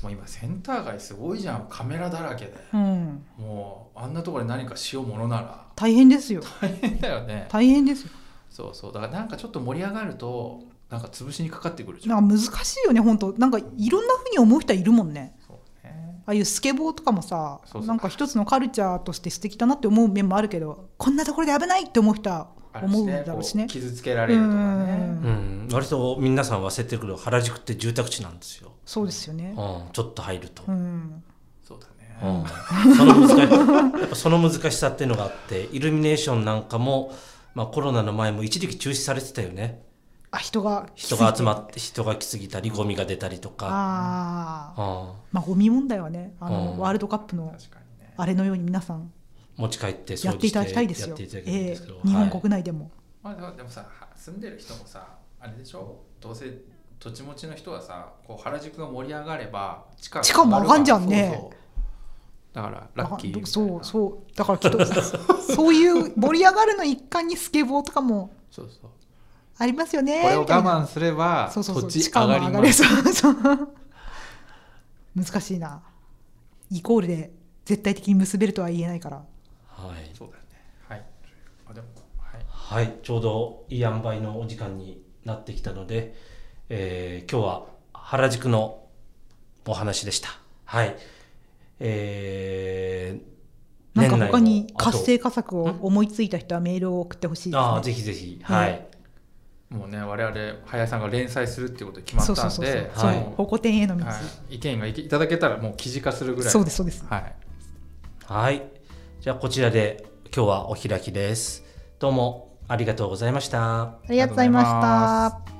Speaker 2: もう今センター街すごいじゃんカメラだらけで
Speaker 3: うん
Speaker 2: もうあんなところで何かしようものな ら
Speaker 3: 大変ですよ
Speaker 2: 大変だよね
Speaker 3: 大変ですよ
Speaker 2: そうそうだからなんかちょっと盛り上がるとなんか潰しにかかってくるじゃん
Speaker 3: なんか難しいよね本当なんかいろんなふうに思う人はいるもんね
Speaker 2: そうね
Speaker 3: ああいうスケボーとかもさ
Speaker 2: そうそう
Speaker 3: なんか一つのカルチャーとして素敵だなって思う面もあるけどこんなところで危ないって思う人は
Speaker 2: あるし
Speaker 3: 思う
Speaker 2: ね
Speaker 3: だろうしね
Speaker 2: こう傷つけられるとか
Speaker 1: う
Speaker 2: ね
Speaker 3: うん
Speaker 1: ん、割と皆さん忘れてるけど原宿って住宅地なんですよ、
Speaker 3: そうですよね
Speaker 1: うん、ちょっと入ると、
Speaker 3: うん
Speaker 2: そうだ
Speaker 1: う
Speaker 2: ね、
Speaker 1: ん、その難しやっぱその難しさっていうのがあってイルミネーションなんかも、まあ、コロナの前も一時期中止されてたよね
Speaker 3: あ人が
Speaker 1: 人が集ま
Speaker 3: って
Speaker 1: って人が来すぎたりゴミが出たりとか、
Speaker 3: ああ
Speaker 1: うん、
Speaker 3: まあゴミ問題はねあ
Speaker 1: う
Speaker 3: の
Speaker 1: ん
Speaker 3: ワールドカップの
Speaker 2: 確かにね
Speaker 3: あれのように皆さん
Speaker 1: 持ち帰って
Speaker 3: やっていただきたいです
Speaker 1: や
Speaker 3: よ
Speaker 1: っていただきたいん
Speaker 3: え
Speaker 1: ですけど、
Speaker 3: え日本
Speaker 1: はい
Speaker 3: 国内でも
Speaker 2: まあでもでもさは住んでる人もさあれでしょどうせ土地持ちの人はさこう原宿が盛り上がれば地価
Speaker 3: 地価も上がんじゃんね
Speaker 2: そうそうだからラッキーみたいな
Speaker 3: そうそうだからきっとそういう盛り上がるの一環にスケボーとかも
Speaker 2: そうそう
Speaker 3: ありますよね
Speaker 2: これを
Speaker 3: みたい
Speaker 2: 我
Speaker 3: な
Speaker 2: 慢すれば
Speaker 3: そうそうそう
Speaker 2: 土地
Speaker 3: 力
Speaker 2: 上が
Speaker 3: も
Speaker 2: ります
Speaker 3: そうそう難しいなイコールで絶対的に結べるとは言えないから
Speaker 1: はい
Speaker 2: そうだよねはいあでもはい
Speaker 1: はい、ちょうどいい塩梅のお時間になってきたので、えー今日は原宿のお話でした。はい。えー
Speaker 3: なんか
Speaker 1: 年内の
Speaker 3: 他に
Speaker 1: あと
Speaker 3: 活性化策を思いついた人はメールを送ってほしいです、ね。
Speaker 1: ああぜひぜひはい、
Speaker 2: もうね我々林さんが連載するっていうことが決まったんで
Speaker 3: そうそうそう
Speaker 1: そうはい
Speaker 2: もう
Speaker 3: 方向転への道、
Speaker 2: はい、意見がいいただけたらもう記事化するぐらい
Speaker 3: そうですそうです。
Speaker 2: はい、
Speaker 1: はいじゃあこちらで今日はお開きですどうもありがとうございました
Speaker 3: ありがとうございまし
Speaker 2: ありがとうございます
Speaker 3: た。